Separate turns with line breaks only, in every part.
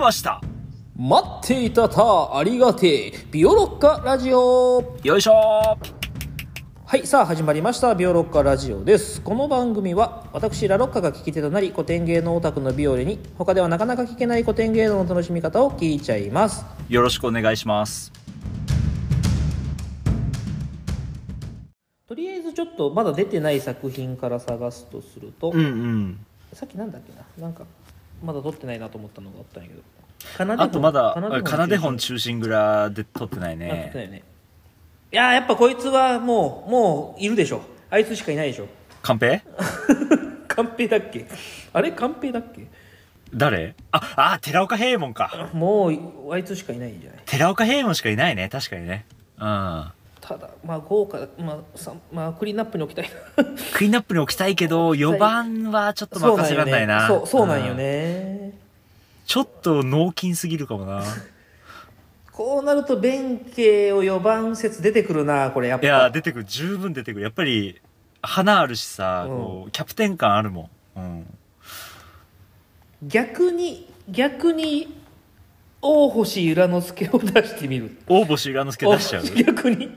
ました
待っていたたありがてえビオロッカラジオ
よいしょ
はいさあ始まりました「ビオロッカラジオ」ですこの番組は私ラロッカが聞き手となり古典芸能オタクのビオレに他ではなかなか聞けない古典芸能の楽しみ方を聞いちゃいます
よろしくお願いします
とりあえずちょっとまだ出てない作品から探すとすると、
んうん
さっきなんだっけななんかまだ撮ってないなと思ったのがあったんやけどかなで
あとまだ
本
奏で本中心蔵で撮ってない
あ撮ってな
ね
いよねいやーやっぱこいつはもうもういるでしょあいつしかいないでしょ
カンペ
寛平だっけあれ寛平だっけ
誰ああ寺岡平右衛門か
もうあいつしかいないんじゃない
寺岡平右衛門しかいないね確かにねうん
ただまあ豪華まあさまあクリーンアップに置きたいな
クリーンアップに置きたいけど4番はちょっと任せられないな
そうそうなんよ
うん
ね、
ちょっと脳筋すぎるかも な
こうなると弁慶を4番説出てくるなこれやっ
い
ぱ
や出てくる十分出てくるやっぱり花あるしさ、こうキャプテン感あるもん、うん、
逆に逆に大星由良之助を出してみる
大星裏之助出しちゃう
逆に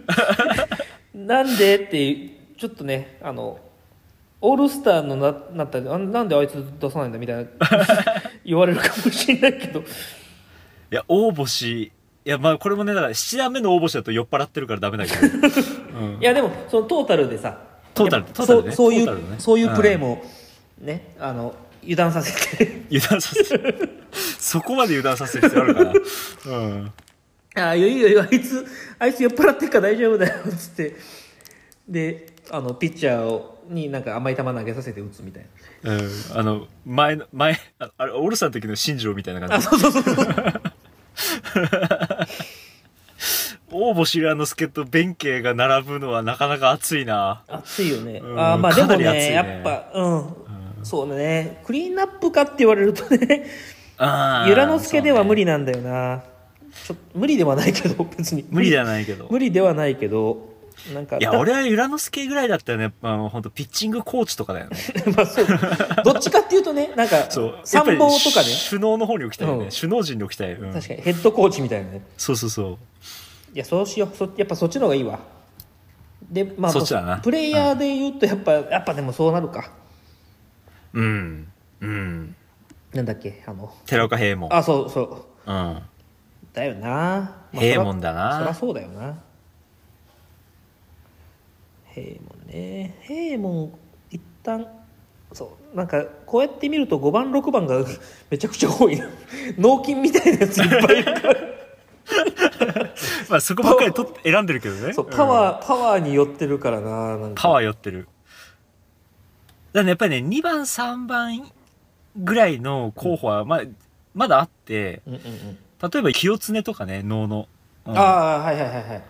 なんでってちょっとねあのオールスターのななったらあなんであいつ出さないんだみたいな言われるかもしれないけど
いや大星いやまあこれもねだから7段目の大星だと酔っ払ってるからダメだけど
いやでもそのトータルでさ
トータル
やっ
ト
ぱ
ータルね
そうそうい
トータル
う、
ね
そういうプレーもね、あの油断させて
油断させるそこまで油断させる必要あるかなうん
ああいいよいいよいいよあいつあいつ酔っ払ってっから大丈夫だよっつってであのピッチャーをになんか甘い球投げさせて打つみたいな
うん、あの前の前ああれオールスターの時の新庄みたいな感
あ
じ
そうそうそうそう
大星浦之助と弁慶が並ぶのはなかなか熱いな
暑いよね。
うん
あーまあで
か
も
な
ね
り暑いね
やっぱ、うん、そうだね。クリーンアップかって言われるとね、
あー
由良之助では
そう
無
ね
理なんだよな。ちょっと無理ではないけど、別に。
無理で
だ
はないけど
無理ではないけど、なんか、
いや
だ
俺は浦之助ぐらいだったよねあの本当ピッチングコーチとかだよね
まあそう。どっちかっていうとね、なんか
そう、
参謀とかね、
首脳の方に置きたいよね、
うん
首脳陣に置きたい、うん、
確かにヘッドコーチみたいなね。
そうそうそう
いや、そうしよう。そやっぱそっちの方がいいわ。で、まあ、
そっちだな
プレイヤーで言うと、やっぱ、やっぱでもそうなるか。
うんうん
なんだっけ、あの、
寺岡平右衛門
あ、そうそう。
うん
だよな、まあ
平門だな
そらそらそうだよな平門ね平門一旦そうなんかこうやって見ると5番6番が めちゃくちゃ多いな脳筋みたいなやついっぱいい るから
まあそこばっかりと選んでるけどね
そうパワー、パワーに寄ってるからななんか
パワー寄ってる。だからね、やっぱりね、2番、3番ぐらいの候補は、まあ、まだあって、
うんうんうん
例えば清常とかね、能の。うん
ああーはいはいはいはい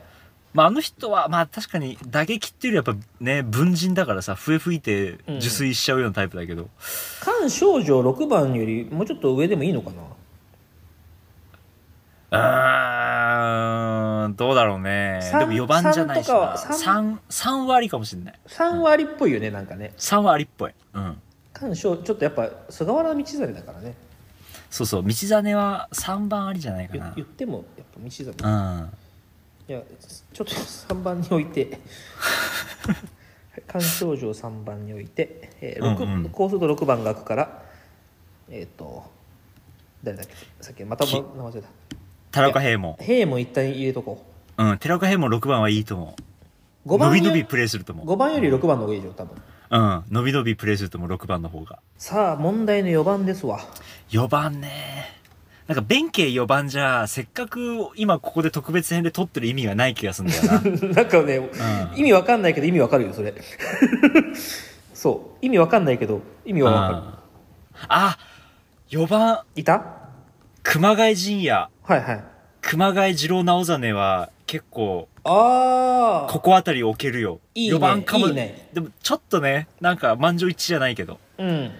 まあ、あの人は、まあ確かに打撃っていうよりやっぱね、文人だからさ、笛吹いて
うん
受水しちゃうようなタイプだけど、
菅少女6番よりもうちょっと上でもいいのかな
うーん、どうだろうね。
三
でも4番じゃないしな。
三とかは
3、3はありかもしれない。
3割っぽいよねなんかね
3はありっぽい。うん。
菅少ちょっとやっぱ菅原道真だからね
そうそう、道真は3番ありじゃないか
言
な。
言ってもやっぱ道真
うん。
いやちょっと3番に置い て鑑賞状3番に置いて、えー六
うんうん
こうすると6番が開くからえっ、と誰だっけさっきまた
き
名前忘れた
田中平門。
平も一旦入れとこ
うん、寺岡平も6番はいいと思
う
う。
5
伸
番
び
よ
伸びプレーすると思う。
5番より6番の方がいいでしょ多分
うん、伸び伸びプレーすると思う、6番の方が。
さあ問題の4番で すわ
4番ね。なんか弁慶4番じゃ、せっかく今ここで特別編で取ってる意味がない気がするんだ よな。
なんかね、
ん
意味わかんないけど意味わかるよそれ そう意味わかんないけど意味はわか
うんあ、4番、
るいた
熊谷陣也、
はいはい
熊谷次郎直実は結構、
ああ
ここあたり置けるよ。
いいね
4番かも。
いいね
でもちょっとね、なんか満場一致じゃないけど。
うん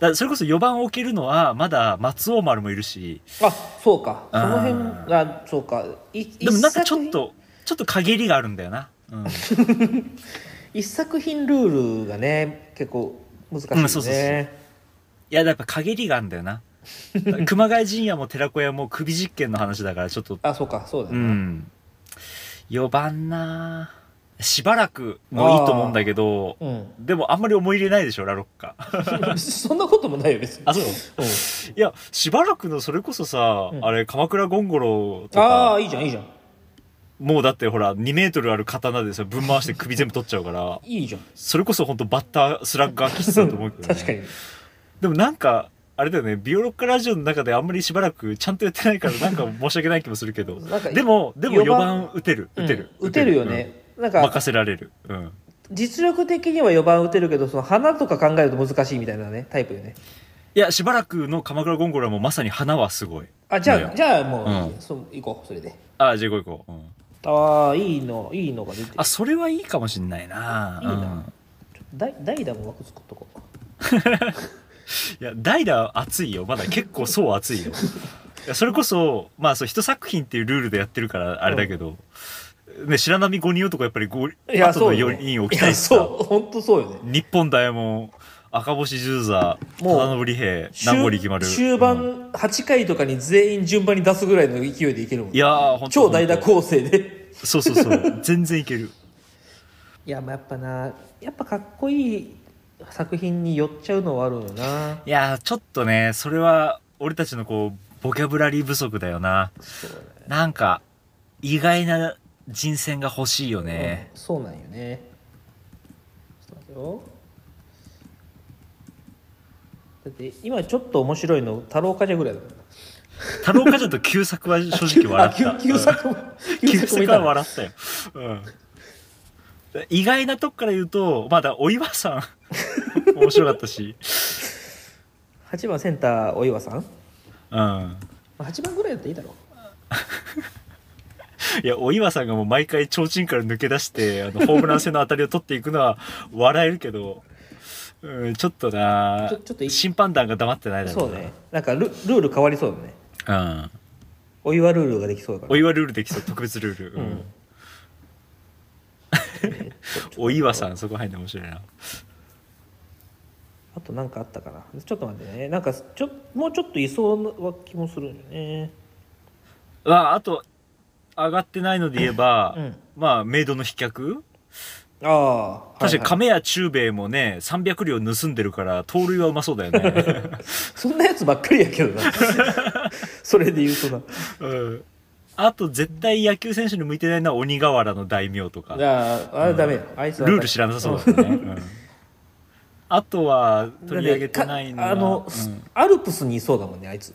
だからそれこそ4番置けるのは、まだ松尾丸もいるし、
あそうかそ
あ
の
ー
辺がそうかい
でもなんかちょっ
一作
と、ちょっと陰りがあるんだよな。うん。
品一作品ルールがね結構難しいね、
うんそうそうそういや、やっぱ陰りがあるんだよな。熊谷陣屋も寺子屋も首実験の話だからちょっと
あそうかそうだ
う
ね、
ん4番なあしばらくもいいと思うんだけど
うん
でもあんまり思い入れないでしょラロッカ
そんな こともないよ別に
あそう
うん
いやしばらくのそれこそさ、
うん
あれ鎌倉権五郎と
ああ
か
いいじゃんいいじゃん
もうだってほら2メートルある刀でさぶん回して首全部取っちゃうから
いいじゃん
それこそ本当バッタースラッガー喫茶だと思うけど、ね、
確かに
でもなんかあれだよねビオロッカラジオの中であんまりしばらくちゃんとやってないからなんか申し訳ない気もするけど
なんか
でもでも
四
4
番
番打てる打てる、
うん打てるよね、なん
うん
か
任せられるうん
実力的には4番打てるけどその花とか考えると難しいみたいなねタイプよね
いやしばらくの鎌倉ゴンゴラもまさに花はすごい
あじゃあ、
ね
じゃあもう、
うん
そう行こうそれで
あじゃあ行こう行こう、うん
ああいいのいいのが出てる
あそれはいいかもしんないない
いな代代打も枠作っとこう
いや代打熱いよまだ結構そう熱 いよいやそれこそまあそう一作品っていうルールでやってるからあれだけど、ね白波5人男やっぱり5
いや
後の
そうよ
4人置きたい
や
しさ
そう本当そうよね
日本大門赤星十座
もう
忠信兵南堀決まる
終終
うん
盤8回とかに全員順番に出すぐらいの勢いでいけるもん
いやー本当
超代打構成で
そうそうそう 全然いける
いやまあやっぱなやっぱかっこいい作品に寄っちゃうのはあるよない
やーちょっとねそれは俺たちのこうボキャブラリー不足だよな
そうだね
なんか意外な人選が欲しいよね、
うんそうなんよねちょっと待てよだって今ちょっと面白いの太郎冠者ぐらいだもん
太郎冠者と旧作は正直笑った
あ 旧旧作も
うん旧
旧作も
作
いた
は
の
笑ったよ、うん、意外なとこから言うとまだお岩さん 面白かったし
8番センターお岩さん
うん
まあ8番ぐらいだったらいいだろ
いや、お岩さんがもう毎回提灯から抜け出して、あの、ホームラン性の当たりを取っていくのは笑えるけど、うん、ちょっとな
ちょちょっとい
審判団が黙ってないうだろ
そうねなんかルルール変わりそうだ
う
ね
ん。
お岩ルールができそうだか
お
ら
岩ルールできそう、特別ルール。うん。
うん
お岩さん、そこ入んの面白いな。
あとなんかあったかなちょっと待ってねなんかちょもうちょっといそうな気もするんよね
まあ、あと、上がってないので言えば、
うん
まあ、メイドの飛脚
あ
確
あ
かに
はいはい
亀や中兵衛もね、300両盗んでるから、盗塁はうまそうだよね。
そんなやつばっかりやけど なそれで 言うとな
うん。あと、絶対野球選手に向いてないのは鬼瓦の大名とか。
いやあれダメよ、あいつはダメ
ルール知らなさそうだね、うんあとは取り上げてないの
だ
は
ってかあの、アルプスにいそうだもんねあいつ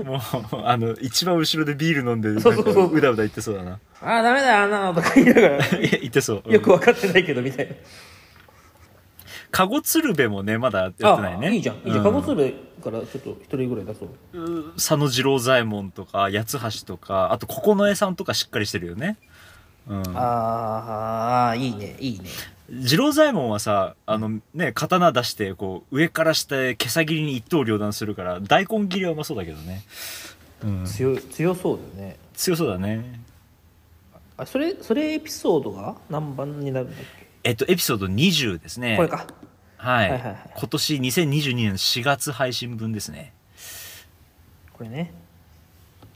うんもうあの一番後ろでビール飲んでなん
そうそうそう
かうだうだ言ってそうだな
ああダメだよあんなのとか言いながら
いや言ってそう、うん
よく分かってないけどみたいな
カゴ鶴瓶もねまだやってないね
あいいじゃんいいじゃん
う
鹿児鶴からちょっと一人ぐらい出そう
うん佐野次郎左衛門とか八つ橋とかあと九重さんとかしっかりしてるよね、うん、
ああいいねいいね
次郎左衛門はさあのね刀出してこう上から下へ毛さ切りに一刀両断するから大根切りはうまそうだけどね、うん、
強い強そうだよね
強そうだね
あそれそれエピソードが何番になるんだっけ
えっと、エピソード20ですね。
これか
はい。
はいはいはい
今年2022年4月配信分ですね。
これね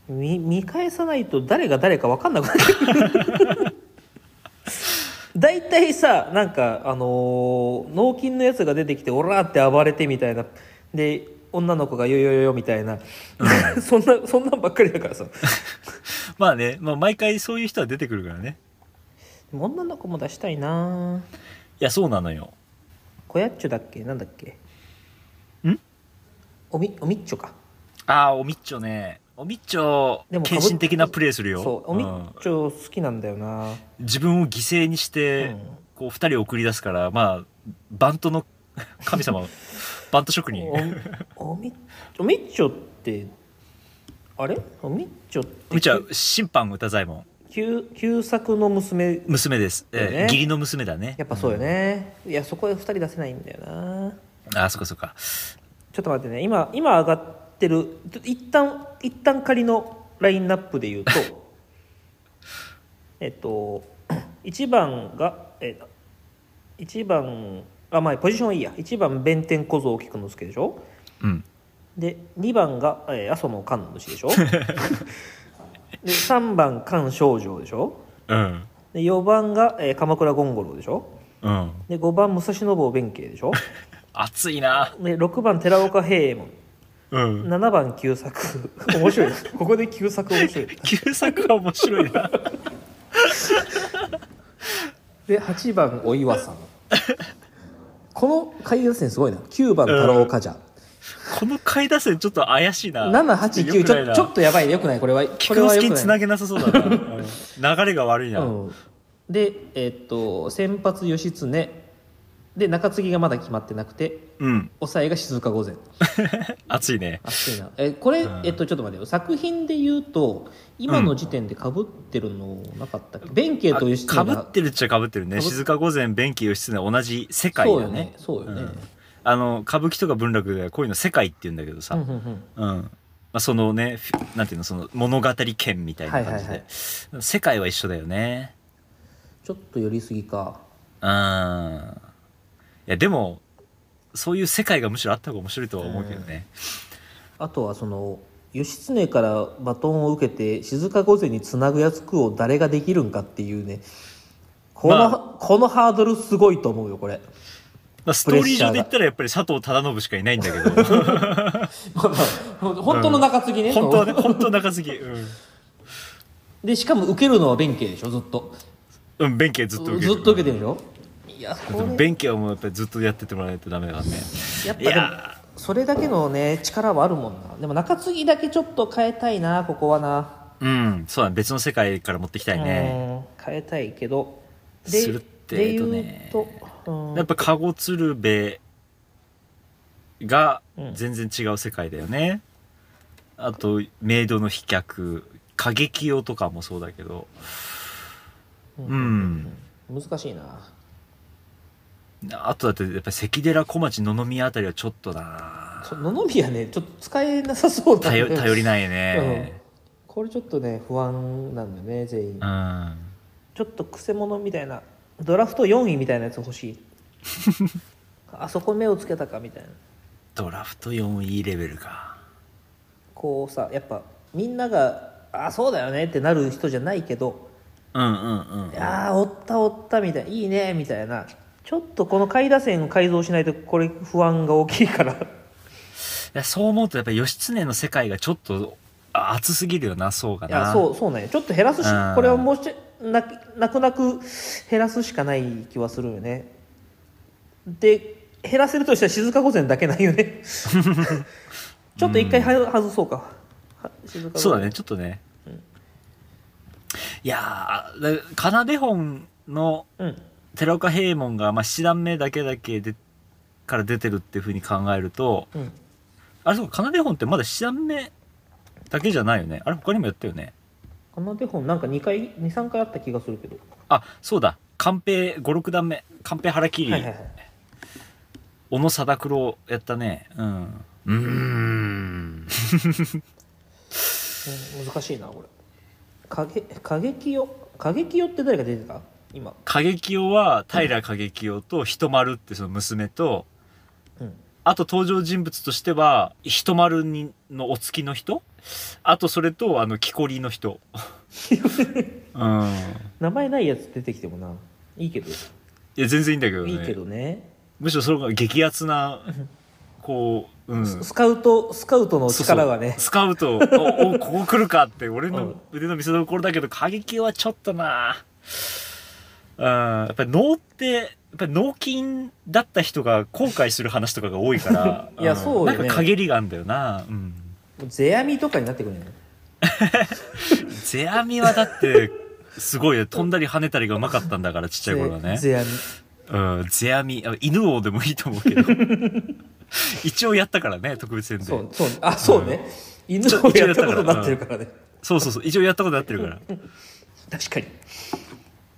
見見返さないと誰が誰か分かんなくなってくる大体さなんかあのー脳筋のやつが出てきて「オラ!」って暴れてみたいなで女の子が「よよよよ」みたいな、 そんなそんなんばっかりだからさ
まあね、まあ毎回そういう人は出てくるからね。
でも女の子も出したいない
や、そうなのよ。
こやっちょだっけなんだっけ
ん
おみおみっちょか
ああ、おみっちょね。おみっちょ、
で
献
も
身的なプレーするよ。
そうおみっ
うん
ちょ好きなんだよな、
自分を犠牲にして、
うん
こう、二人を送り出すから、まあ、バント の神様、バント職人。
おおみおみっちょってあれおみっちょっ
おみ
て
っちょは審判歌左衛門。
旧旧作の娘
娘です。
だよね
えー義理の娘だね
や。っぱそうよね、いやそこで2人出せないんだよな
ああ、そっかそっか。
ちょっと待ってね今今上がってるちょ一旦一旦仮のラインナップ で言うとえっと1番がえ1番あまあポジションいいや1番弁天小僧菊之助でしょ
うん。
で2番が、えー阿蘇の漢の虫 でしょで3番漢少女でしょ
うん
で4番が、えー鎌倉権五郎でしょ
うん
で5番武蔵野坊弁慶でしょ
熱いな
で6番寺岡平右衛門
うん
7番旧作 面白いなここで旧作面白いな
旧作は面白い な
で8番お岩さんこの下位打線すごいな9番太郎冠者、
この下位打線ちょっと怪しいな
789
よ
ち
くない
ょ
な
ちょっとやばいねよくないこれはこ
菊
れ
之
は
助
よ
につ
くな、
ないげなさそうだ な、うん流れが悪いな、
うん、でえっと先発義経で中継ぎがまだ決まってなくて
うん、
抑えが静岡御前
熱いね
熱いなえこれ、
うん
えっとちょっと待ってよ作品で言うと今の時点でかぶってるのなかったっけ、弁慶と義経
かぶ
が
ってるっちゃかぶってるね
被っ
静御前弁慶義経同じ世界
そう
だ
よね
ね
そうよね、
んあの歌舞伎とか文楽でこういうの世界って言うんだけどさ、
うん
うん
うんうん
まあ、そのねフィなんていうのその物語圏みたいな感じで、
はいはい
世界は一緒だよね
ちょっと寄りすぎか
うんいやでもそういう世界がむしろあった方が面白いとは思うけどね、
あとはその義経からバトンを受けて静御前につなぐ役を誰ができるんかっていうねこの,、
ま
このハードルすごいと思うよこれ
まあ、ストーリー上で言ったらやっぱり佐藤忠信しかいないんだけど
本当の中継ぎね、
本当はね本当は中継ぎうん、
でしかも受けるのは弁慶でしょずっと
うん、弁慶ずっ
ず
と受ける
っと受けてるでしょいやこ
でも
れ
弁慶はもうやっぱりずっとやっててもらわないとダメだからね
やっぱ
い
でも
や
それだけのね力はあるもんなでも中継ぎだけちょっと変えたいなここはな、
うんそうだね別の世界から持ってきたいね、
うん変えたいけど
するって
で
えっとね
言うと、うん
やっぱ籠鶴瓶が
うん
全然違う世界だよね、あとメイドの飛脚過激用とかもそうだけどうん、
難しいな
あとだってやっぱり関寺小町野々宮あたりはちょっとな
そう野々宮ねちょっと使えなさそうだ
頼頼り
い、
ない
うん
ね、
これちょっとね不安なんだよね全員、
うん、
ちょっとくせ者みたいなドラフト4位みたいなやつ欲しいあそこ目をつけたかみたいな
ドラフト 4E レベルか
こうさやっぱみんなが「あそうだよね」ってなる人じゃないけど
うんうんうん
「いやーおったおった」みたいな「いいね」みたいなちょっとこの下位打線を改造しないとこれ不安が大きいから
いやそう思うとやっぱり義経の世界がちょっとあ熱すぎるよなそうか
い
な
やそうそうなんやちょっと減らすし
うん
これはもうちょななくなく減らすしかない気はするよねで減らせるとしたら静御前だけないよ ねちょっと一回は外そうかは静御
そうだ
前
ねちょっとね、いやーだ奏で本の
うん
寺岡平右衛門が、まあ、七段目だけだけでから出てるっていうふうに考えると
うん
あれそうか奏で本ってまだ七段目だけじゃないよねあれ他にもやったよね
この手本なんか2回23回あった気がするけど
あそうだ寛平56段目寛平腹切り、
はいはいはい
小野貞九郎やったねうんうーん
うん難しいなこれ影過激よ過激よって誰が出てた今
過激王は平過激王と人丸ってその娘と、
うん
あと登場人物としては人丸にのお付きの人あとそれとあの木こりの人うん
名前ないやつ出てきてもないいけど
いや全然いいんだけどね
いいけどね
むしろそれが激アツなこう、うん、
スカウトスカウトの力が
そう
ね
そうスカウトおおここ来るかって俺
う
の
ん
腕の見せ所だけど過激はちょっとなうんやっぱり脳ってやっぱり脳筋だった人が後悔する話とかが多いから
いや
ん
そうよね
なんか陰りがあるんだよなうん
もう世阿弥とかになってくるね
世阿弥はだってすごいよ飛んだり跳ねたりがうまかったんだからちっちゃい頃はね
世世阿弥
うん世阿弥あ犬王でもいいと思うけど 一応やったからね特別編で
そうそうあそうね、犬をやったことになってるからね、
そうそうそう一応やったことやってるから
確かに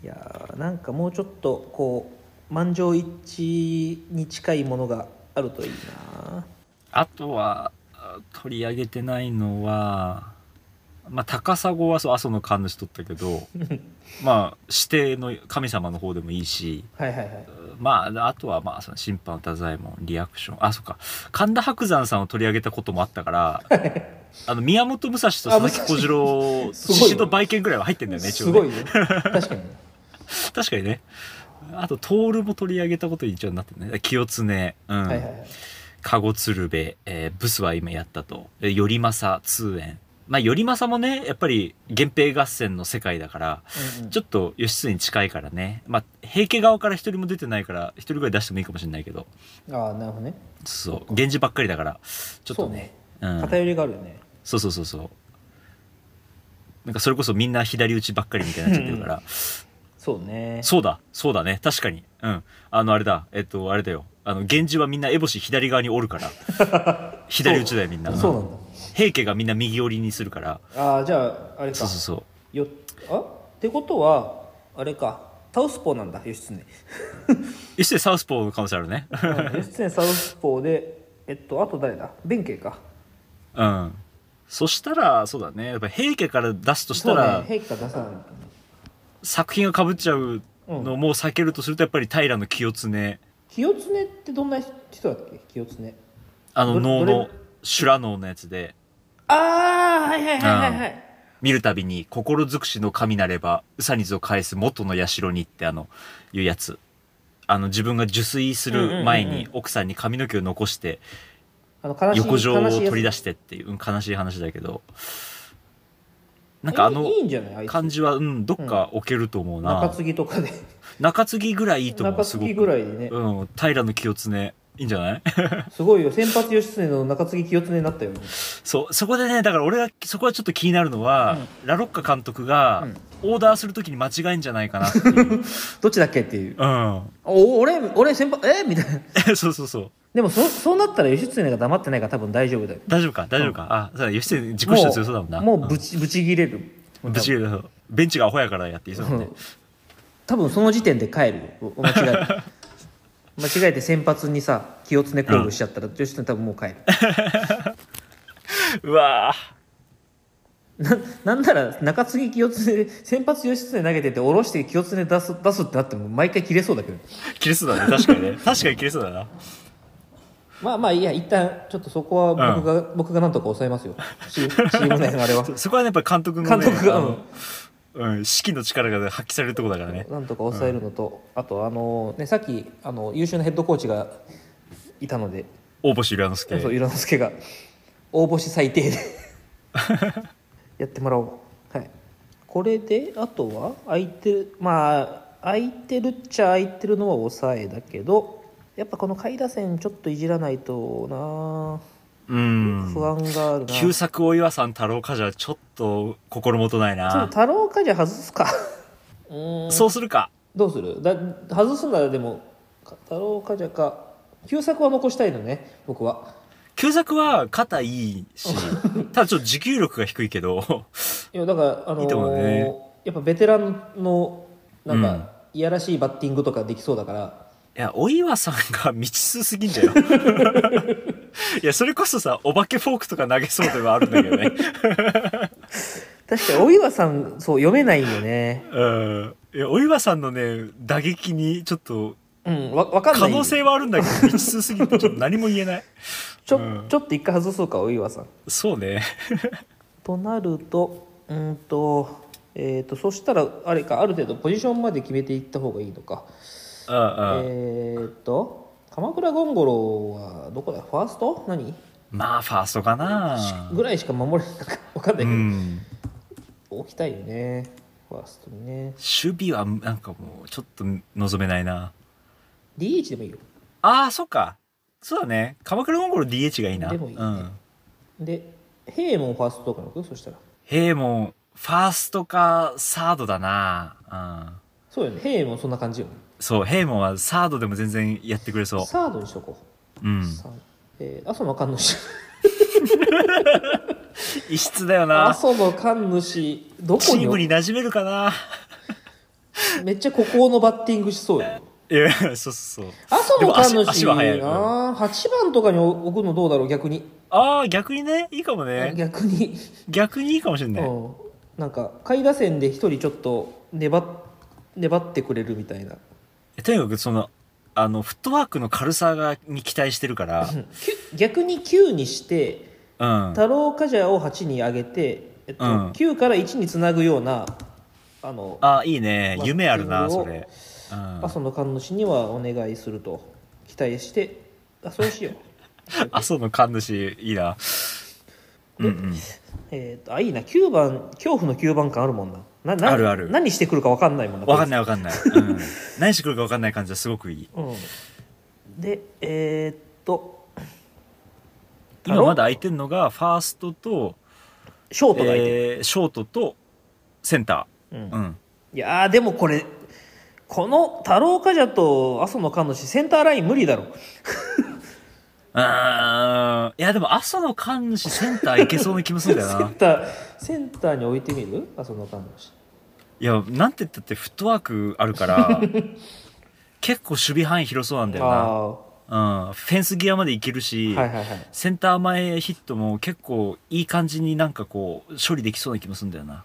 いやーなんかもうちょっとこう満場一致に近いものがあるといいな
あとはあ取り上げてないのは、まあ、高砂はそう阿蘇の 神主取ったけどまあ指定の神様の方でもいいし
はいはいはい
まああとはまあその審判歌左衛門リアクションあそっか神田伯山さんを取り上げたこともあったから あの宮本武蔵と佐々木小次郎
すごい
宍戸梅犬ぐらいは入ってんだよね一
す
応ね
ごいね 確かにね
確かにねあと徹も取り上げたことに一応なってるね清常うん、
はいはいはい
籠鶴瓶、えーブスは今やったとえー頼政通円まあ頼政もねやっぱり源平合戦の世界だから
うんうん
ちょっと義経に近いからねまあ平家側から一人も出てないから一人ぐらい出してもいいかもしれないけど
ああなるほどね
そう源氏ばっかりだからちょっとねそううん、
偏りがあるよね
そうそうそうそうなんかそれこそみんな左打ちばっかりみたいになっちゃってるから
そうね
そうだ、そうだね、確かに。うん。あの、あれだ、えっと、あれだよ。あの、源氏はみんな烏帽子左側におるから。 左打ちだよ、みんな。
そうなんだ
平家がみんな右寄りにするから。
ああじゃああれ
そ
か
うそうそう。
よあってことはあれかサウスポーなんだ義 経
一してサウスポーの可能性あるね。
うん義経サウスポーでえっとあと誰だ弁慶か
うん。そしたら、そうだね。やっぱ平家から出すとした
そう
ら、
ね、兵器が出さない
作品が被っちゃうのも避けるとすると、やっぱり平の清常、
清常ってどんな人だっけ清常
あの、
ど
能
どれ
の、修羅能のやつで、
ああはいはいはいはいはい
見るたびに、心尽くしの神なれば、うさにずを返す元の社にってあの、いうやつ。あの、自分が受水する前
うんうんうん
に、奥さんに髪の毛を残して、
あの悲しい
横条を取り出
し
してっていう、うん悲しい話だけど。な
な
んかあの
いいんじゃないあいつ
感じは、うん、どっか置けると思う
中
な。
継ぎとかで
中継ぎぐらいいいと思
中
う、す
継
ご
ぎ
く。
ぐらいでね
うん、平の清常、いいんじゃない
すごいよ先発義経の中継ぎ清常になったよね
そう、そこでね、だから俺が、そこはちょっと気になるのは、ラロッカ監督が、オーダーするときに間違えんじゃないかなって いう。
どっちだっけっていう
うん。
お俺俺先輩えみたいな
そうそうそう。
でもそそうなったら義経が黙ってないから多分大丈夫だよ
大丈夫か大丈夫か、あそうだ義経自己主張強そうだもんな
もう
うん
もうぶちぶち切れる
ぶち切れたそうベンチがアホやからやっていいそうだもんね
うん多分その時点で帰るよお間違 えて間違えて先発にさ気をつねコールしちゃったら、吉野多分もう帰る
うわ
ななんなら中継ぎ気をつね先発吉常投げてて下ろして気をつね出す出すってなっても毎回切れそうだけど
ー切れそうだね確かにね確かに切れそうだな
まあまあいいや一旦ちょっとそこは僕が、僕がなんとか抑えますよ チーチーム内のあれは
そそこはねやっぱり監督の、ね、
監督が
あ
う
のうん、指揮の力が発揮されるとこだからね
なんとか抑えるのと、あとあのねさっきあの優秀なヘッドコーチがいたので、
大星由良之
そう
介
由良之助が大星最低で やってもらおうはいこれであとは空いてるまあ空いてるっちゃ空いてるのは抑えだけどやっぱこの下位打線ちょっといじらないとな
うん
不安があるな、ちょ
旧
っ
作お岩さん太郎かじゃちょっと心もとない
と
な
太郎かじゃ外すかうーん
そうするか
どうするだ外すならでもか太郎かじゃか旧作は残したいのね僕は
旧作は肩いい しただちょっと持久力が低いけど
いやだからあのー
いいと思うね
やっぱベテランのなんか、
うん
いやらしいバッティングとかできそうだから
いや、お岩さんが未知数すぎん だよ。いや、それこそさ、お化けフォークとか投げそうではあるんだけどね。
確かにお岩さんそう読めないよね
うん。いや、お岩さんのね、打撃にちょっと、
うんわわかんない
可能性はあるんだけど、未知数すぎてちょっと何も言えない。
ちょ,、
うん
ちょっと一回外そうかお岩さん
そうね。
となるとうーんとえー、とそしたらあれかある程度ポジションまで決めていった方がいいのか
うんうん。
えー、と鎌倉権五郎はどこだファースト何
まあ、ファーストかな。
ぐらいしか守れないか分かんな
う
いけど、
ん。
置きたいよねファーストにね
守備は、なんかもう、ちょっと望めないな。
DH でもいいよ
ああ、そっか。そうだね。鎌倉モンゴル DH がいいな。
でもいいね
うん。
で平もファーストとかのそしたら
平も、ファーストか、サードだな。うん。
そうよね平もそんな感じよね
そう、ヘイモンはサードでも全然やってくれそ
サードにしとこ
う。うん
う、。サードえー、阿蘇の神主
異質だよ
阿
な。
蘇の神主どこ
チ
に
ームに馴染めるかな。
めっちゃ孤高のバッティングしそうよ
いや、そうそうそう。
阿蘇の
で
神
も足
主
足は速い
な8番とかに置くのどうだろう逆に
ああ、逆にね、いいかもね。
逆に
逆にいいかもしれない。
うん、なんか下位打線で一人ちょっと粘っ粘ってくれるみたいな
とにかく、その、あのフットワークの軽さがに期待してるから
う、んきゅ逆に9にして
うん、
太郎冠者を8に上げて、えっと
うん
9から1につなぐようなあの
あいいね夢あるな
バッティ
そ
ングを
れ、 うん
阿、蘇の神主にはお願いすると期待してあそう しよう
阿蘇の神主いいなうんうん
えっとあいいな9番恐怖の9番感あるもんななな
あるある
何してくるか分かんないもんな
わかんな
ない、
いわかんない、うん、何してくるかわかんない感じはすごくいい
うん、でえーっと
今まだ空いてるのがファーストと、
ショートがいてる、
えーショートとセンタ
うん
ー、うん、
いやーでもこれこの太郎冠者と阿蘇の神主センターライン無理だろ
あーいやでも阿蘇の神主センターいけそうな気もするんだよ
セ
な
ンターセンターに置いてみる阿蘇の神主
いやなんて言ったってフットワークあるから 結構守備範囲広そうなんだよ
あ
な、うん、フェンス際までいけるし、
あはいはいはい
センター前ヒットも結構いい感じになんかこう処理できそうな気もするんだよな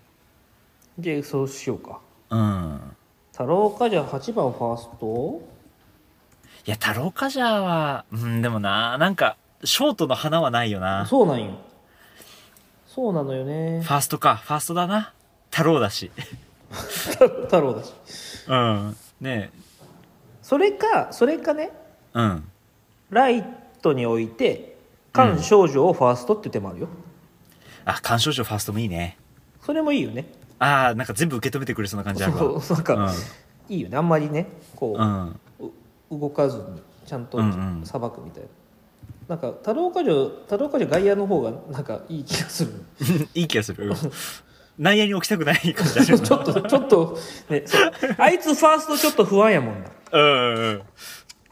じゃあそうしようか
うん
太郎かじゃあ8番ファースト
いや太郎カジャーはうんでもななんかショートの花はないよなフ
そうなんよそうなのよね
ァーストかファーストだな太郎だし
太郎だし
うんねえ
それかそれかね
うん
ライトに置いて菅少女をファーストっていう手もあるよ、
あ鑑賞所ファーストもいいね
それもいいよね
ああなんか全部受け止めてくれそうな感じあるわ
そうなんか、いいよねあんまりねこ
う
う、
ん、
う動かずにちゃんと
うんうん
さばくみたいな、なんか太郎冠女太郎冠女外野の方がなんかいい気がする
いい気がするうん内野に置きたくない感じある
ちょ
よ
っとちょっとねそうあいつファーストちょっと不安やもんな
うんうん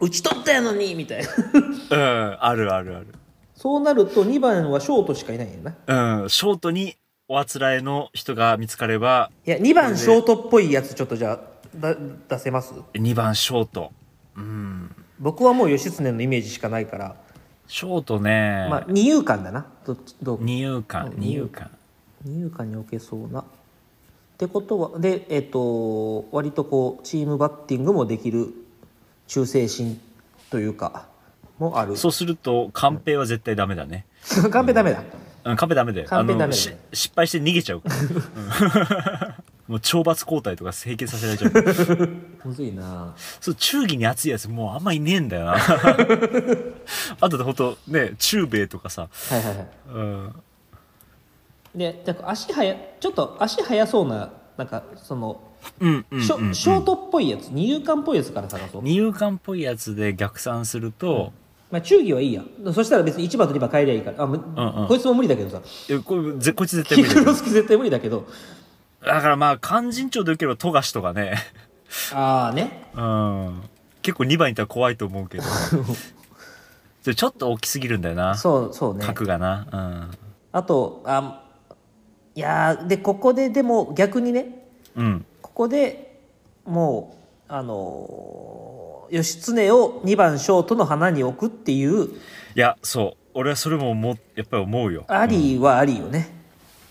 打ち取ったやのにみたいな
うんあるあるある
そうなると2番はショートしかいないんやない
うん、ショートにおあつらえの人が見つかれば、
や2番ショートっぽいやつちょっとじゃあだ出せます
2番ショート。うん。
僕はもう義経のイメージしかないから、
ショートね、
まあ二遊間だなどっちどう
二遊間、
うん
二遊間。
二遊間に置けそうなってことはでえっ、と割とこうチームバッティングもできる忠誠心というかもある
そうすると、カンペは絶対ダメだね。
カンペダメだ
うん、カンペダメだよ。
カンペ
あ
ダメだね
のし失敗して逃げちゃ うから。 うんもう懲罰交代とか整形させられちゃうから。
むずいな
そう、忠義に熱いやつもうあんまいねえんだ よな。あとでほんと、ね、中米とかさ。
はいはいは
うん。
いでじゃあ足速ちょっと足速そうななんかその
うん、うん。
ショ,、ショートっぽいやつ二遊間っぽいやつから探そう、
二遊間っぽいやつで逆算すると、
まあ、忠義はいいやそしたら別に1番と2番変えりゃいいからあ、む
んうん
こいつも無理だけどさ
いやこれぜこいつ絶対
キ
無理だ
ク
よ
ロスキ絶対無理だけど
だからまあ勧進帳でよければ富樫とか ね
ああね
うん結構2番いたら怖いと思うけ どでちょっと大きすぎるんだよな
そうそうね
角がな
あとあいやーでここででも逆にね
うん、うん、
ここでもうあのー義経を2番ショートの花に置くっていう
いやそう俺はそれももやっぱり思うよ
ありはありよね、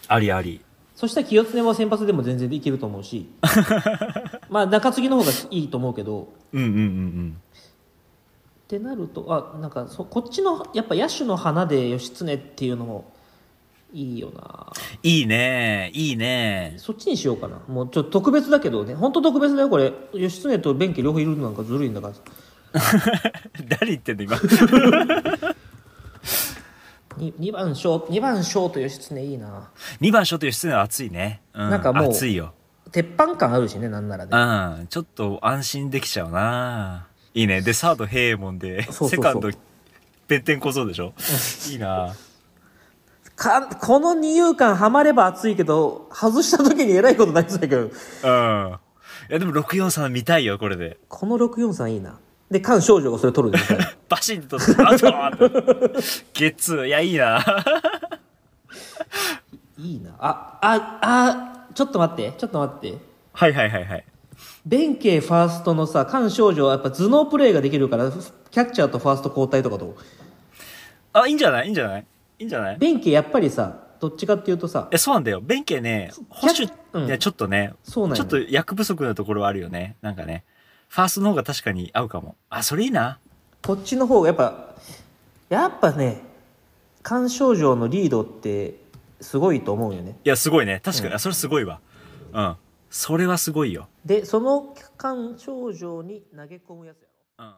ありあり
そしたら清常も先発でも全然いけると思 うしまあ中継ぎの方がいいと思うけど
うんうんうんうん
ってなるとあなんかそこっちのやっぱ野手の花で義経っていうのもいいよない
いねいいね
そっちにしようかなもうちょっと特別だけどね本当特別だよこれ義経と弁慶両方いるのなんかずるいんだから
誰言ってんの今
に2番ショー二番ショート義経いいな
2番ショート吉は熱いね、うん、
なんかもう
熱いよ
鉄板感あるしねなんならね
うんちょっと安心できちゃうないいねでサード平右衛門で
そうそうそう
セカンド弁天小僧でしょいいな
かこの二遊間はまれば熱いけど外した時にえらいことになりそうだけど
うん。いや、でも643見たいよ、これで。
この643いいなで菅少女がそれ取るでしょ
バシンと取って、あとはゲッツー。いや、いいな。
いいなあああちょっと待ってちょっと待って
はいはいはいはい。
弁慶ファーストのさ菅少女はやっぱ頭脳プレーができるからふキャッチャーとファースト交代とかどう
あ、いいんじゃないいいんじゃないいいんじゃない
弁慶やっぱりさどっちかっていうとさ
え、そうなんだよ。弁慶ね、保守
うん
ね、ちょっとね、
そうなん
ち
よ
ょっと役不足なところはあるよね。なんかね。ファーストの方が確かに合うかもあそれいいな
こっちの方がやっぱやっぱね菅賞状のリードってすごいと思うよね
いやすごいね確かに、あそれすごいわうんそれはすごいよ、
でその菅賞状に投げ込むやつやろ
うん